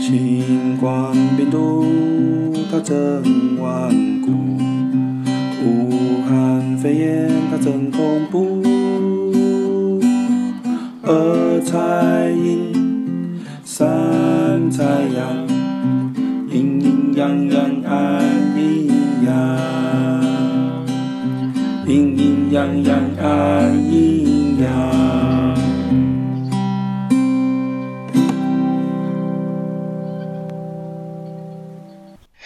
新冠病毒它真顽固，武汉肺炎它真恐怖。二菜阴，三菜阳，阴阴阳哎阳爱阴阳，阴阴阳阳哎爱阴阳。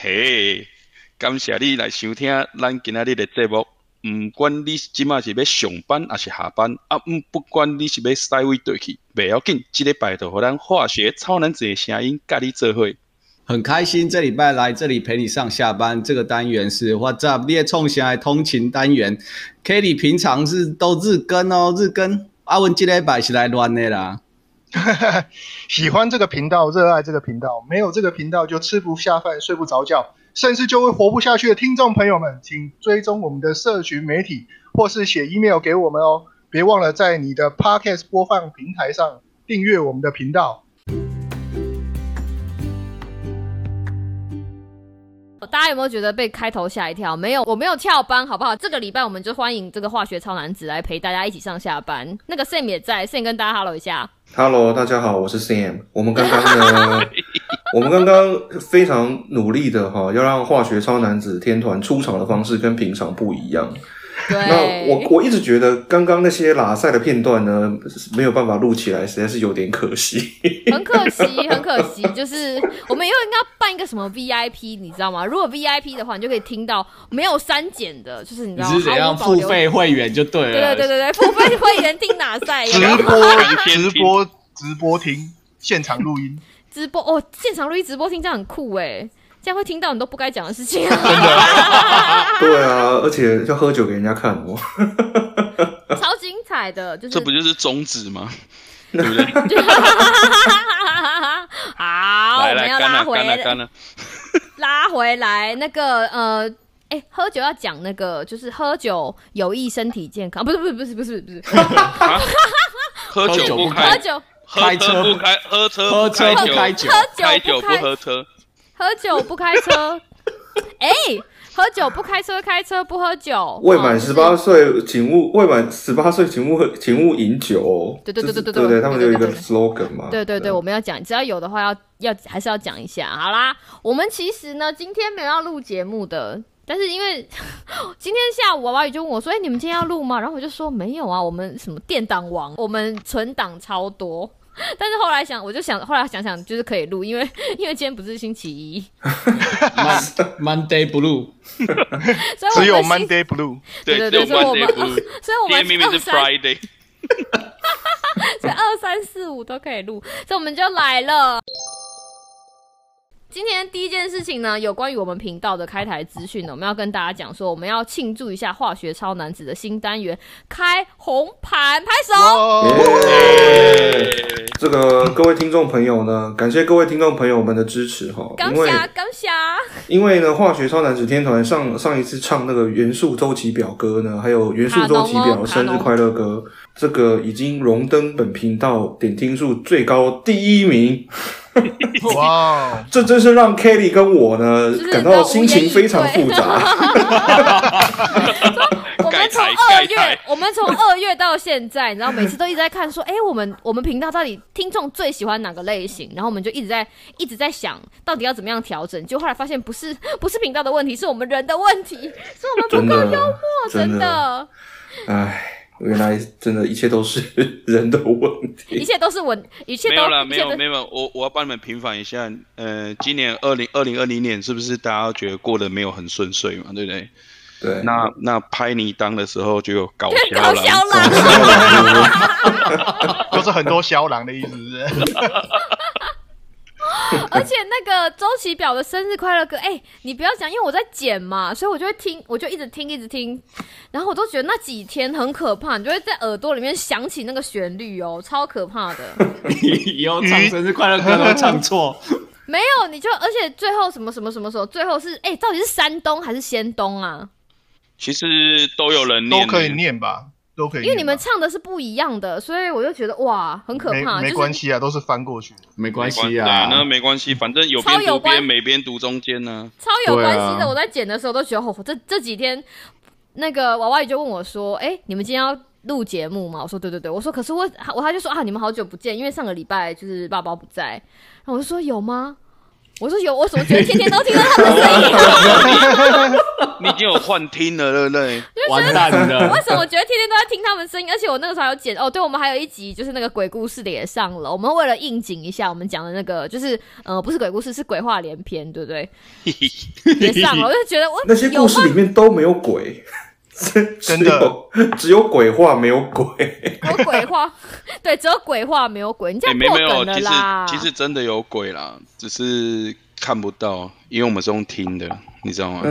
嘿，感谢你来收听咱今仔日的节目。毋管你即马是要上班还是下班，啊，毋不管你是要驶位倒去，袂要紧，即礼拜就互咱化学超男子的声音甲你做伙。很开心这礼拜来这里陪你上下班。这个单元是 What's Up 列冲下来通勤单元。Kelly 平常是都日更哦，日更。阿文今礼拜是来乱的啦。 喜欢这个频道，热爱这个频道，没有这个频道就吃不下饭、睡不着觉，甚至就会活不下去的听众朋友们，请追踪我们的社群媒体或是写 email 给我们哦。别忘了在你的 podcast 播放平台上订阅我们的频道。大家有没有觉得被开头吓一跳？没有，我没有翘班，好不好？这个礼拜我们就欢迎这个化学超男子来陪大家一起上下班。那个 Sam 也在，Sam 跟大家 hello 一下。 Hello，大家好，我是 Sam。我们刚刚 呢，我们刚刚非常努力的哈，要让化学超男子天团出场的方式跟平常不一样。那我对，我一直觉得刚刚那些拉赛的片段呢，没有办法录起来，实在是有点 可惜。很可惜，很可惜，就是我们以后应该要办一个什么 VIP，你知道吗？如果 VIP 的话，你就可以听到没有删减的，就是你你知道是怎毫样无保留付费会员就对了。对对对对对，付费会员听哪 赛？直播、直播、直播听，现场录 音，直播哦，现场录音直播听这样很酷哎，这样会听到你都不该讲的事情、对啊，而且要喝酒给人家看哦。 超精彩的，就是这不就是宗旨吗？对不对？ 好，来我们来，要干拉了干了回干了，拉回来那个呃，哎、喝酒要讲那个，就是喝酒有益身体健康，不是 不是不是不是不是， 喝喝酒酒不不喝开，酒喝开车车不开，喝车喝不开车不酒，开开酒酒，喝酒不不开喝车。喝酒不开车， 哎、喝酒不开车，开车不喝酒，未哦满就十是八岁，请勿未满十八岁，请勿喝，请勿饮酒哦。对对对对对对对对，他们有一对个对对 slogan 啊嘛。对对对，我们要讲，只要有的话要要还是要讲一下。好啦，我们其实呢今天没有要录节目的，但是因为 今天下午娃娃鱼就问我说：“哎、你们今天要录吗？”然后我就说：“没有啊，我们什么电档王，我们存档超多。”但是后来想，我就想，后来想想就是可以录，因为因为今天不是星期一， Mon- Monday Blue，所只以我们有的星 Monday Blue。对对，只对有对，所以我 Monday 们 Blue， 所以我今天们明明是二三 Friday。所以二三四五都可以录，所以我们就来了。今天第一件事情呢，有关于我们频道的开台资讯呢，我们要跟大家讲说，我们要庆祝一下化学超男子的新单元开红盘，拍手！耶哎这个各位听众朋友呢，感谢各位听众朋友们的支持哈，感因为谢感谢，因为呢，化学超男子天团上上一次唱那个元素周期表歌呢，还有元素周期卡农表哦生卡日农快乐歌，这个已经荣登本频道点听数最高第一名，哇哦，这真是让 Kelly 跟我呢就是感都无到言心情以非常对复杂。我们从盖台盖二台月，我们从二月到现在，你知道，每次都一直在看说，哎、我们我们频道到底听众最喜欢哪个类型？然后我们就一直在一直在想，到底要怎么样调整？就后来发现，不是不是频道的问题，是我们人的问题，是我们不 真够的幽默，，哦真真的，的，唉，原来真的一切都是 人的问一题。切都是我，一切没都有啦，一没切有都没有，我我要帮你们平反一下。呃，今年二零二零二零年是不是大家觉得过得没有很顺遂嘛？对不对？对， 那那拍泥当的时候就有搞笑 搞了，笑啦。 都是很多肖郎的意思，是不 是？而且那个周琦表的生日快乐歌，哎、你不要讲，因为我在剪嘛，所以我就会听，我就一直听，一直听，然后我都觉得那几天很可怕，你就会在耳朵里面响起那个旋律哦，超可怕的。 以后唱生日快乐歌都 唱错。没有，你就而且最后什么什么什么时候，最后是哎、到底是山东还是仙东啊？其实都有人都念，可以念吧？都可以念吧，因为你们唱的是不一样的，所以我就觉得哇，很可没怕，没就关是系啊，都是翻 过去的。没关关系对那啊，没关系，反正有超边有读关边，没边读中间啊呢、超有关系对的。啊我在剪的时候都觉得，哦，这这几天那个娃娃鱼就问我说：“哎、你们今天要录节目吗？”我说：“对对对。”我说：“可是我我他就说啊，你们好久不见，因为上个礼拜就是爸爸不在。”然后我就说：“有吗？”我说：“有，我怎么觉得天天都听到他的声 音？你已经有幻听了，对不对？啊完蛋了为，什么我觉得天天都在听他们声音？而且我那个时候还有剪哦，对，我们还有一集就是那个鬼故事的也上了。我们为了应景一下，我们讲的那个就是呃，不是鬼故事，是鬼话连篇，对不对？也上了，我就觉 得我那些有故事里面都没 有鬼，真真的只有鬼话没有鬼。有鬼话，对，只有鬼话没有鬼，你这哎、样没破没有，梗了其实啦。其实真的有鬼啦，只是看不到，因为我们是用听的，你知道吗？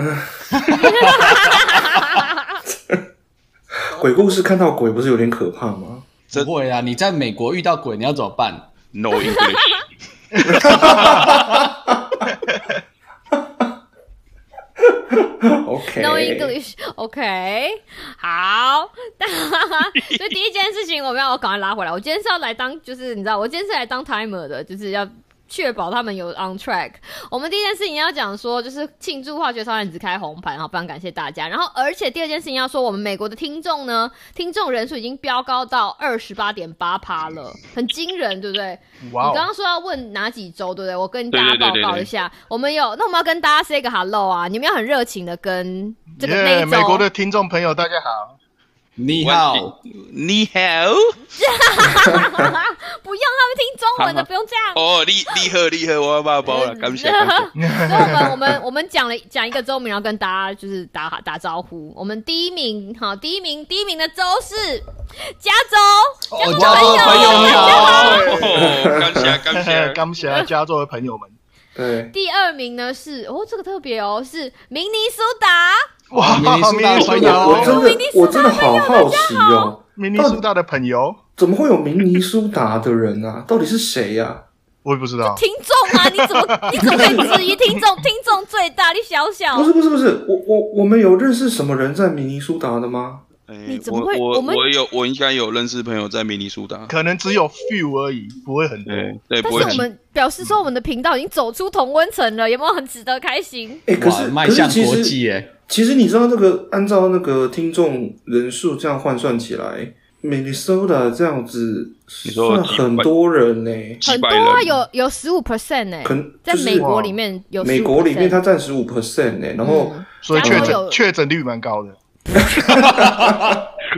鬼故事看到鬼不是有点可怕吗？ 这不会啊！你在美国遇到鬼，你要怎么办？ no English，哎 OK，No English，OK，、好，所以第一件事情我们要我赶快拉回来。我今天是要来当，就是你知道，我今天是来当 timer 的，就是要确保他们有 on track。我们第一件事情要讲说，就是庆祝化学超人只开红盘，好，非常感谢大家。然后，而且第二件事情要说，我们美国的听众呢，听众人数已经飙高到二十八点八趴了，很惊人，对不对？哇你刚哦，刚说要问哪几周，对不对？我跟大家对对报对告对一下，我们有，那我们要跟大家 say 个 hello 啊，你们要很热情的跟这个那耶！一美国周 的听众朋友，大家好。，你好，哦你好， 不用他们听中文的，好好不用这样。哦，厉厉害厉害，我要骂包了，嗯感谢 感谢。 所以我们我们我们讲了讲一个州名，然后跟大家就是打打招呼。我们第一名，好，第一名第一名的州是加州，哦，加加州州的的朋朋友友你你好，哦，感谢感谢感谢加州的朋友们。对，第二名呢是哦，这个特别哦，是明尼苏达。哇，明尼苏达的朋友我真的明尼苏达我真的好好奇哦，明尼苏达的朋友，怎么会有明尼苏达的人啊？到底是谁呀、我也不知道。听众啊，你怎么你怎么可以质疑听众？听众最大，你小小不是不是不是，我我我们有认识什么人在明尼苏达的吗？哎你怎么我会我我们我有我应该有认识朋友在明尼苏达，可能只有 few 而已，不会很多。对对，但不会是我很们表示说，我们的频道已经走出同温层了，有没有很值得开心？哎、可哇，是迈可是向其国实际耶！其实你知道那个按照那个听众人数这样换算起来，Minnesota 这样子你说算几很百多人呢、几很多百啊，人有有十五 percent 哎可，能在就是美国里面有美国里面15%它占十五 percent 呢，然后、嗯所以加确州有诊确诊率蛮高的。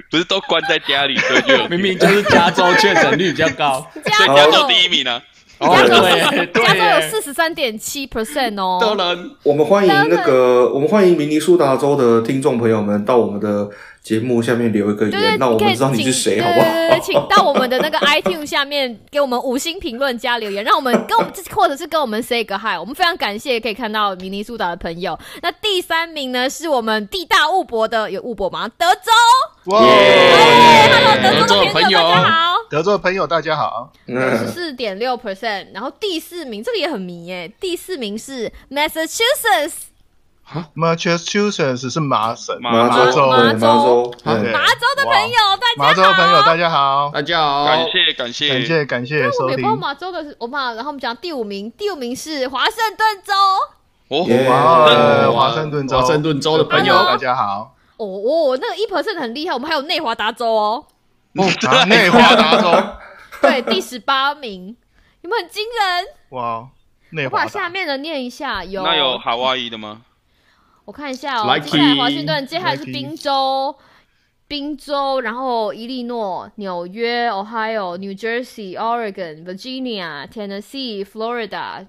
不是都关在家里，所以 就有 明明就是加州确诊率比较高，加所以州加州第一名啊， 哦对加州有对，四十三点七 percent 多哦，人我们欢迎当然那个我们欢迎明尼苏达州的听众朋友们到我们的节目下面留一个对对，言，让我可们以知道你是请谁，对好不对对，好？请到我们的那个 iTune 下面给我们五星评论加留言，让我们跟我们或者是跟我们 say 个 hi，我们非常感谢可以看到明尼苏达的朋友。那第三名呢是我们地大物博的有物博吗？德州哇， ，Hello，德哎州哎的德州的朋友友大家好。德州的朋友大家好。十嗯，四点六 percent，然后第四名这个也很迷耶，第四名是 Massachusetts 哎 Massachusetts 是麻省，麻州州麻对州麻州对对，麻州的朋友，大麻州家的朋友好。大家好，大家好，感谢感感谢，谢感谢我收哎们也不听知。道麻州的，我们好然后我们讲第五名，第五名是华盛顿州。哦，耶哇哦华盛顿州，华盛顿州的朋友大家好。哦哦，那个一 percent 很厉害，我们还有内华达州 哦。啊，内华达 州，对，第十八名，有没有很惊人？哇，哦内我华把下达。面的念一下，有那有夏威夷的吗？我看一下哦， Lucky 接下来华盛顿，接下来是 Lucky 宾州，宾州，然后伊利诺、纽约、Ohio、New Jersey、Oregon、Virginia、Tennessee、Florida、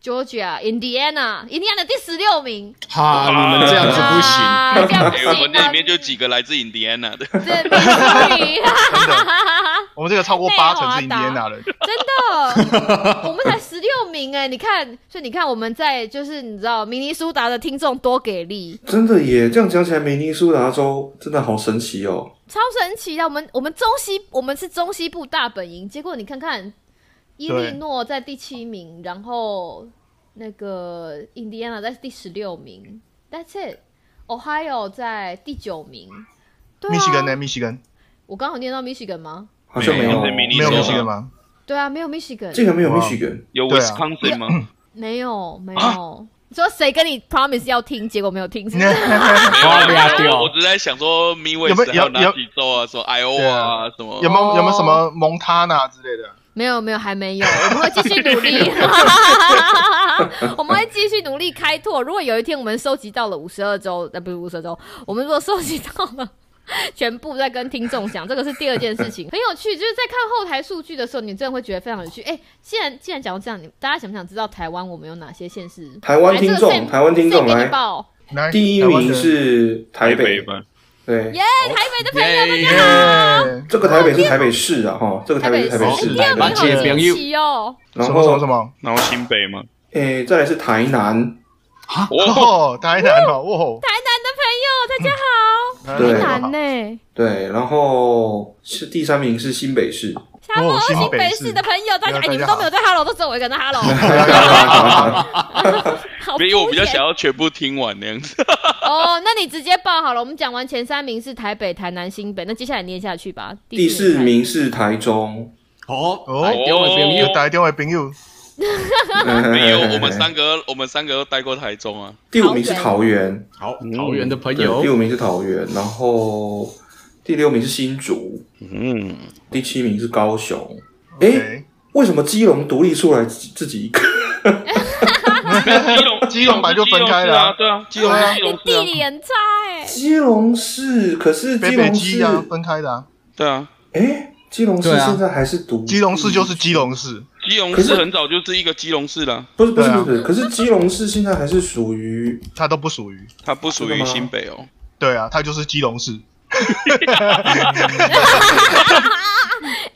Georgia、Indiana、Indiana 第十六名，啊哈，你们这样子不行，啊，这样不啊哎，我们行那啊里，面就几个来自印第安纳的，这必须真的，我们这个超过啊八成是印第安纳人， 真的，我们才十六名哎，你看，所以你看我们在就是你知道明尼苏达的听众多给力，真的耶！这样讲起来，明尼苏达州真的好神奇哦。超神奇的。我们我们中西我们是中西部大本营，结果你看看伊利诺在第七名，然后那个印第安纳在第十六名，That's it。Ohio 在第九名，对啊，密西根呢？密西根，我刚好念到 Michigan 吗？好像没没有有，没没有你密说西啊根吗？对啊，没有 Michigan，竟然没有哇 Michigan，有对啊 Wisconsin 吗？没有没有。你说谁跟你 promise 要听，结果没有听， 是不是？有哇啊没俩有，掉我只是在想说，Midwest 还有没有有哪有几州啊？什么 Iowa 啊？什么？没有有没有什么蒙塔纳之类的？没有没有，还没有，我们会继续努 力，我们会继续努力开拓。如果有一天我们收集到了五十二周，呃，不是五十二周，我们如果收集到了全部，再跟听众讲，这个是第二件事情，很有趣。就是在看后台数据的时候，你真的会觉得非常有趣。哎、既然既然讲到这样，你大家想不想知道台湾我们有哪些县市？台湾听众哎来这个 Sam- 台湾听众 Sam 给你来报，来第一台湾名的是台北，吧，对，耶、台北的朋友们，耶，耶这个台北是台北市啊，哈，这个台北是台北市，市，哎第二名台好北市神奇哦，然什么什么什后么？然后新北吗？诶，再来是台南，哦，哦，台南 哦，哦，台南的朋友，大家好，台对台哦南呢、对，然后是第三名是新北 市，沙漠哦新新北北市市的朋友，大家大家哎，你们都好没有在 hello，都只有我一个人在 hello，好因为我比较肤浅想要全部听完那样子。 哦。那你直接报好了，我们讲完前三名是台北、台南、新北，那接下来念下去吧。第四名名是台中，哦哦来中的朋友哦台中的朋友，没没有，我们三个，我们三个都待过台中啊。 第五名是桃园，哎好，桃园的朋对，第友，五名是桃园，然后第六名是新竹，嗯，第七名是高雄，诶，哎，为什么基隆独立出来自自己一个？基隆基隆本来就分开了啊，啊对啊，基隆是基你隆市哎地啊，理很差哎，基隆市可是基北北隆市基啊，分开的啊，对啊，诶，基隆市对啊现在还是独立，基隆市就是基隆市，基隆市很早就是一个基隆市啦，不是不是对啊不是，可是基隆市现在还是属于它都不属于。它不属真的于吗新北哦。对啊，它就是基隆市。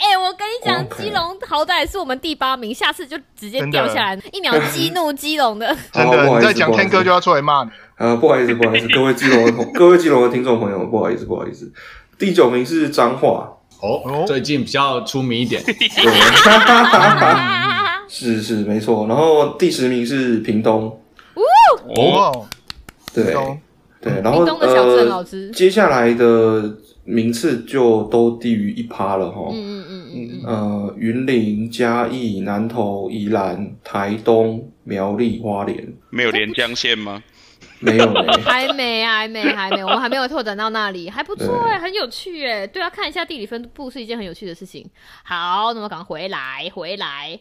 哎，我跟你讲， OK 基隆好歹是我们第八名，下次就直接真的掉下来，一秒激怒基隆 的。真好不的，好意你思再讲不好意思天哥就要出来骂你。呃，不好意思，不 好意思，各位基隆的同各位基隆的听众朋友，不好意思，不好意思。第九名是彰化，哦哦，最近比较出名一 点， 对，啊是是没错。然后第十名是屏东，哦，哦，对懂对，然后 嗯屏东的小镇老呃，师，接下来的名次就都低于一趴了哈。嗯嗯嗯嗯嗯，呃，云林、嘉义、南投、宜兰、台东、苗栗、花莲，没有连江县吗？没 有嘞。还没啊，还没，还没，我们还没有拓展到那里，还不错对哎、很有趣哎、对啊，看一下地理分布是一件很有趣的事情。好，那么赶快回来，回来，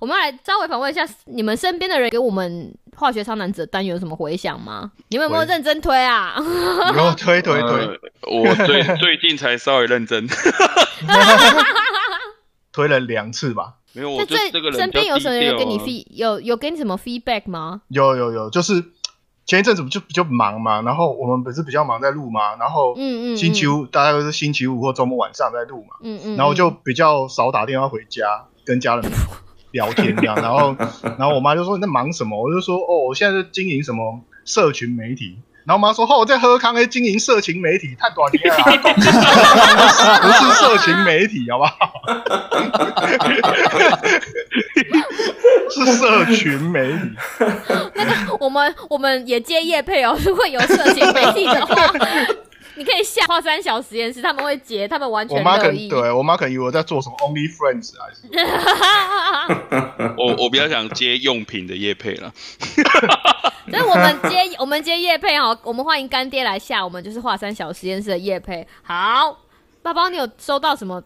我们要来稍微访问一下你们身边的人，给我们化学超男子的单元有什么回响吗？你们有没有回认真推啊？然后哦推推推呃，我最 最近才稍微认真， 推了两次吧。没有，我就在这个人身边有什么人有啊人给你 fee 有有给你什么 feedback 吗？有有有，就是前一阵子不就比较忙嘛，然后我们不是比较忙在录嘛，然后嗯嗯嗯星期五大概都是星期五或周末晚上在录嘛，嗯嗯，然后我就嗯比较少打电话回家跟家人聊天这样，然 后然后我妈就说你在忙什么？我就说哦，我现在在经营什么社群媒体。然后我妈说：“哦，我在喝康 A 经营社群媒体，太短了、啊，不是社群媒体，好不好？是社群媒体。 我们我们也接业配哦，如果有色情媒体的话，你可以下花三小实验室，他们会接，他们完我全妈可乐能意。对我妈可能以为我在做什么 Only Friends 啊，我我比较想接用品的业配啦。但是我们接我们接业配哦，我们欢迎干爹来下，我们就是华山小实验室的业配。好，包包，你有收到什么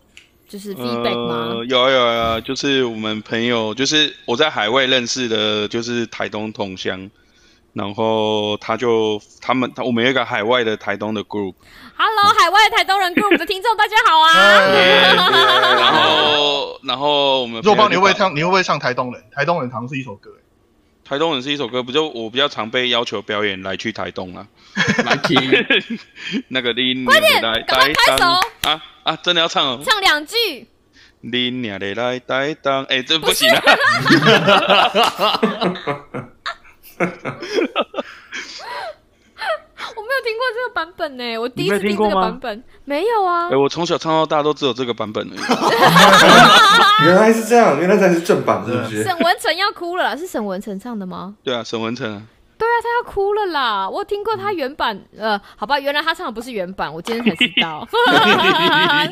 就是 feedback 吗？呃、有啊有啊有啊，就是我们朋友，就是我在海外认识的，就是台东同乡，然后他就他们他我们有一个海外的台东的 group， Hello，海外台东人 group 的听众，大家好啊！然后然后我们肉包，你会不会唱唱？你会不会唱台东人？台东人常是一首歌、欸台东人是一首歌，不就我比较常被要求表演来去台东啦、来听，那个你快点来赶快台拍手东啊啊，真的要唱哦，唱两句，你娘的来台东，哎、这不行啊。我没有听过这个版本呢，我第你一没有次听听这过个吗版本，没有啊哎、。我从小唱到大都只有这个版本而已。原 来是这样，原来才是正版，是不是？沈文成要哭了啦，是沈文成唱的吗？对啊，沈文成啊，他要哭了啦！我听过嗯他原版，呃，好吧，原来他唱的不是原版，我今天才知 道。啊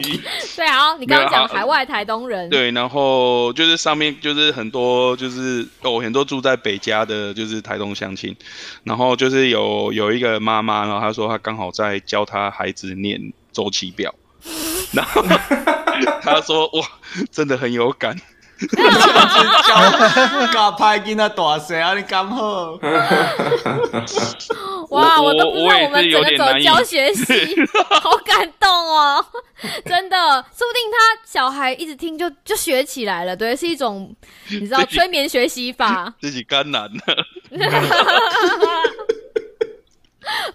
对，好，你刚刚没有讲啊海外台东人，对，然后就是上面就是很多就是有、很多住在北家的，就是台东乡亲，然后就是有有一个妈妈，然后她说她刚好在教她孩子念周期表，然 后她说哇，真的很有感， 教歹囡仔大细，安尼刚好。哇，我我都不知道我我们整个走教学系， 好感动哦，真的，说不定他小孩一直听就就学起来了，对，是一种你知道自己催眠学习法，自己甘蓝了。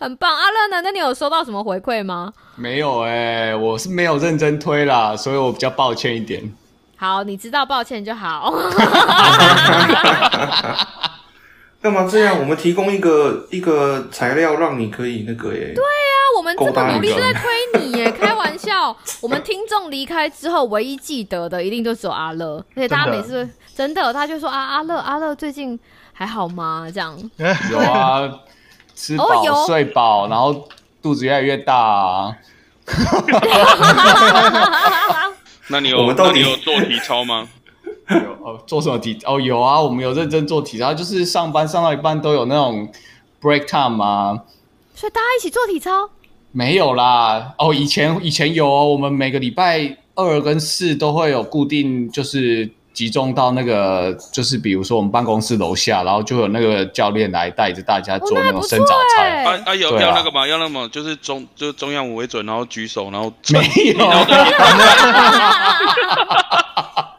很棒。阿乐呢？那你有收到什么回馈吗？没有哎、我是没有认真推啦，所以我比较抱歉一点。好，你知道，抱歉就好。干嘛这样？我们提供一个一个材料让你可以那个耶。对，我们这么努力都在推你耶，开玩笑。我们听众离开之后，唯一记得的一定就只有阿乐，而且大家真的每次都真的，他就说啊，阿乐，阿乐最近还好吗？这样，有啊，吃饱、哦有睡饱，然后肚子越来越大、啊。那你我有们到那底你有做体操吗？有哦，做什么体？哦，有啊，我们有认真做体操，就是上班上到一半都有那种 break time 啊。所以大家一起做体操，没有啦，哦，以前以前有哦，我们每个礼拜二跟四都会有固定，就是集中到那个，就是比如说我们办公室楼下，然后就有那个教练来带着大家哦，做那那还种不生错早哎、餐。啊啊有对啊要那个嘛，要那么就是中就是中央五为准，然后举手，然后没有，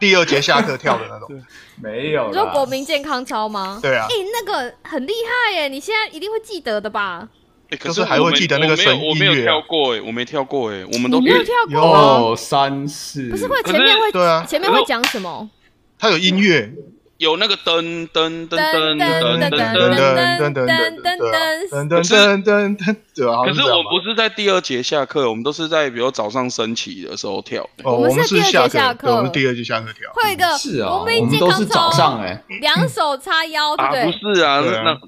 第二节下课跳的那种。 没有你说国啦。民健康操吗？对啊哎、，那个很厉害耶！你现在一定会记得的吧？欸可就是是还我会们记得那我个没有神我没有音乐跳啊过哎、我没跳过哎、我们你都没有跳过吗？哦，三四不是会可是前面会对啊前面会讲什哎么？它有音乐，有那个噔噔噔噔噔噔噔噔噔噔噔。噔噔噔噔噔噔噔噔噔，对啊。可是我不是在第二节下课，我们都是在比如早上升旗的时候跳。哦，我们是课，对，我们第二节下课跳。会有一个是啊，国我民们健都康是操早，上 哎，两手叉腰，对啊，哦不对？不是啊，对啊那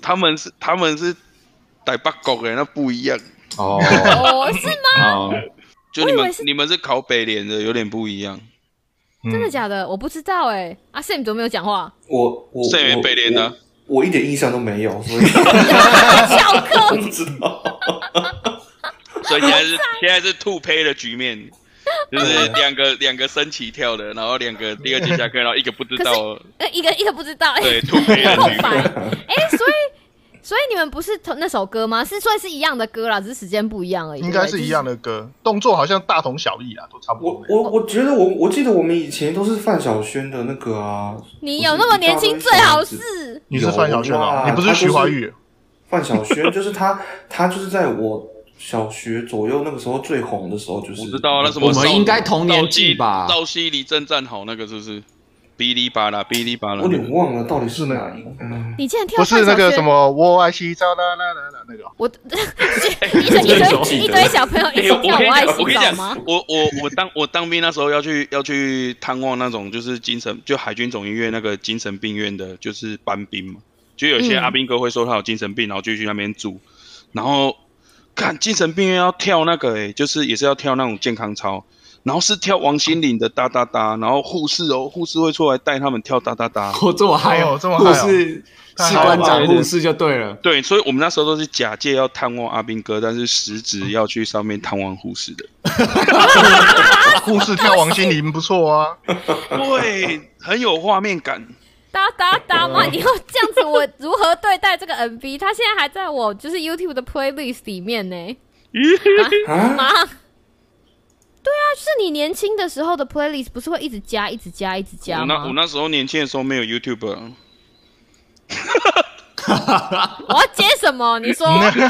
他们是他们是台北国的，那不一样。哦，哦，是吗？哦就你们我以为是你们是考北联的，有点不一样。真嗯嗯的假的？我不知道哎。阿 Sam 怎么没有 讲话？我我谁没我被连呢我我一点印象都没有，所以翘课，不知道。所以现在 是现在是兔胚的局面，就是两个两个升旗跳的，然后两个第二节下课，然后一个不知道，呃一个一个不知道，欸对，兔胚 的好局烦面。。哎，所以所以你们不是同那首歌吗？是算是一样的歌啦，只是时间不一样而已。应该是一样的。的歌，动作好像大同小异啊啦，都差不 我多。我我觉得我我记得我们以前都是范晓萱的那个啊，你有那么年轻，最好是你是范晓萱啊？有啦你不是徐怀钰？范晓萱，就是 她，她就是在我小学左右那个时候最红的时候，就是我知道啊那什么我们应该同年赵纪西吧？赵西离郑站好那个是不是？哔哩吧啦，哔哩吧啦我有。点忘了到底是哪一个。嗯你竟然跳不是那范晓个萱什，么我爱西藏啦啦啦啦那个， 哦我一堆 一堆一堆小朋友一哎起我跳跟我爱你讲，我跟你洗澡讲吗？，我我我当我当兵那时候要去要去探望那种就是精神就海军总医院那个精神病院的，就是班兵嘛，就有一些嗯阿兵哥会说他有精神病，然后就去那边住，然后看精神病院要跳那个诶、就是也是要跳那种健康操，然后是跳王心凌的哒哒哒，然后护士哦护士会出来带他们跳哒哒哒，我这么嗨哦这么嗨护哦士太士嗨了官长吧护士就对了。对，所以我们那时候都是假借要探望阿兵哥，但是实质要去上面探望护士的。护士跳王心凌不错啊，对， 很有画面感。哒哒哒嘛，嗯你要这样子，我如何对待这个 MV？他现在还在我就是 YouTube 的 playlist 里面呢。啊，啊，对啊，就是你年轻的时候的 playlist 不是会一直加、一直加、一直加我那我吗？那时候年轻的时候没有 YouTube，啊我要接什 么？你说我要接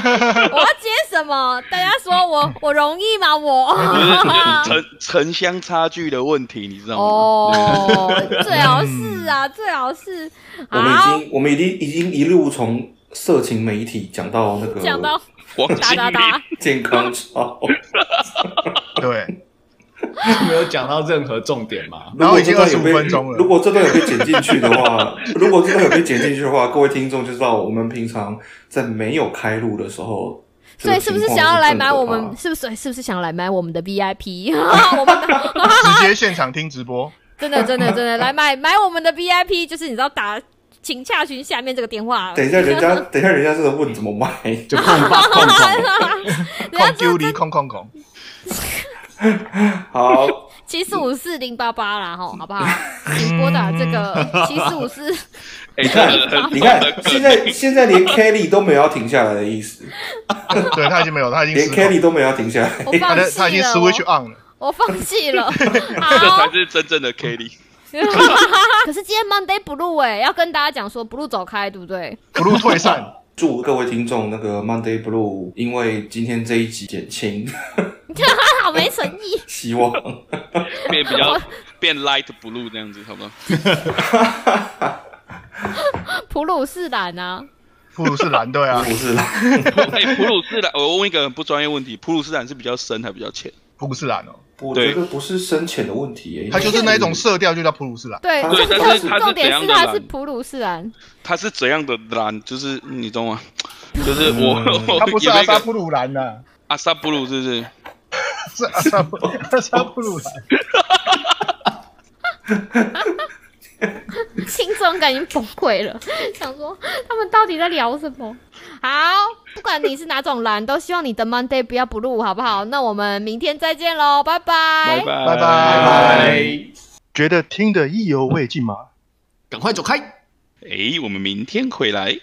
什么？大家说我我容易吗？就我是城城乡差距的问题，你知道吗？啊哦，最好是啊，最好是我们已好经我们已经已经一路从色情媒体讲到那个讲到王哒心哒凌哒，健康操， 对，没有讲到任何重点嘛。然后已经如果这段有被25分钟了如果这段有被剪进去的话， 如果这段有被剪进去的话，各位听众就知道我们平常在没有开录的时候，所以是不是想要来买我啊们？是不是是不是想来买我们的 VIP？我 们的直接现场听直 播。真的真的真的来买买我们的 VIP，就是你知道打请洽询下面这个电话。等一下，人家等一下，人家是问怎么买，就碰吧碰 碰，人家控这丢离控控控，好，七四五四零八八嗯啦，吼，好不好？请拨打这个七四 五四，哎、你看，哦你看，现在现在连 Kelly 都没有要停下来的意思，对他已经没有，他已经连失控， Kelly 都没有要停下来我。他放的他已弃经了 switch 我， on 了。我放弃 了。这好才，是真正的 Kelly。可是今天 Monday Blue 哎、要跟大家讲说 Blue 走开，对不对？ Blue 退散，祝各位听众那个 Monday Blue，因为今天这一集减轻，好没诚意。 希望 变比哦较变 light blue 这样子，好不好？普鲁士蓝啊，普鲁士蓝队啊不，是啦， 哎、普鲁士蓝，我问一个很不专业问题，普鲁士蓝是比较深还比较浅？普鲁士蓝哦，我对觉得不是深浅的问题耶，他就是那一种色调就叫普鲁士蓝。对，对重但是重它是重点怎样的它蓝是普鲁士蓝，它是怎样的蓝？就是你懂吗？嗯就是我，我他不是哦有阿一个萨布鲁蓝呐， 阿萨布鲁，是不是？是阿萨哦布阿萨布鲁蓝。 听众感已经崩溃了， 想说他们到底在聊什么？好，不管你是哪种蓝，都希望你的 Monday 不要 blue，好不好？那我们明天再见喽，拜拜拜。拜拜拜拜觉得听得意犹未尽吗？哎赶快走开。哎，我们明天回来。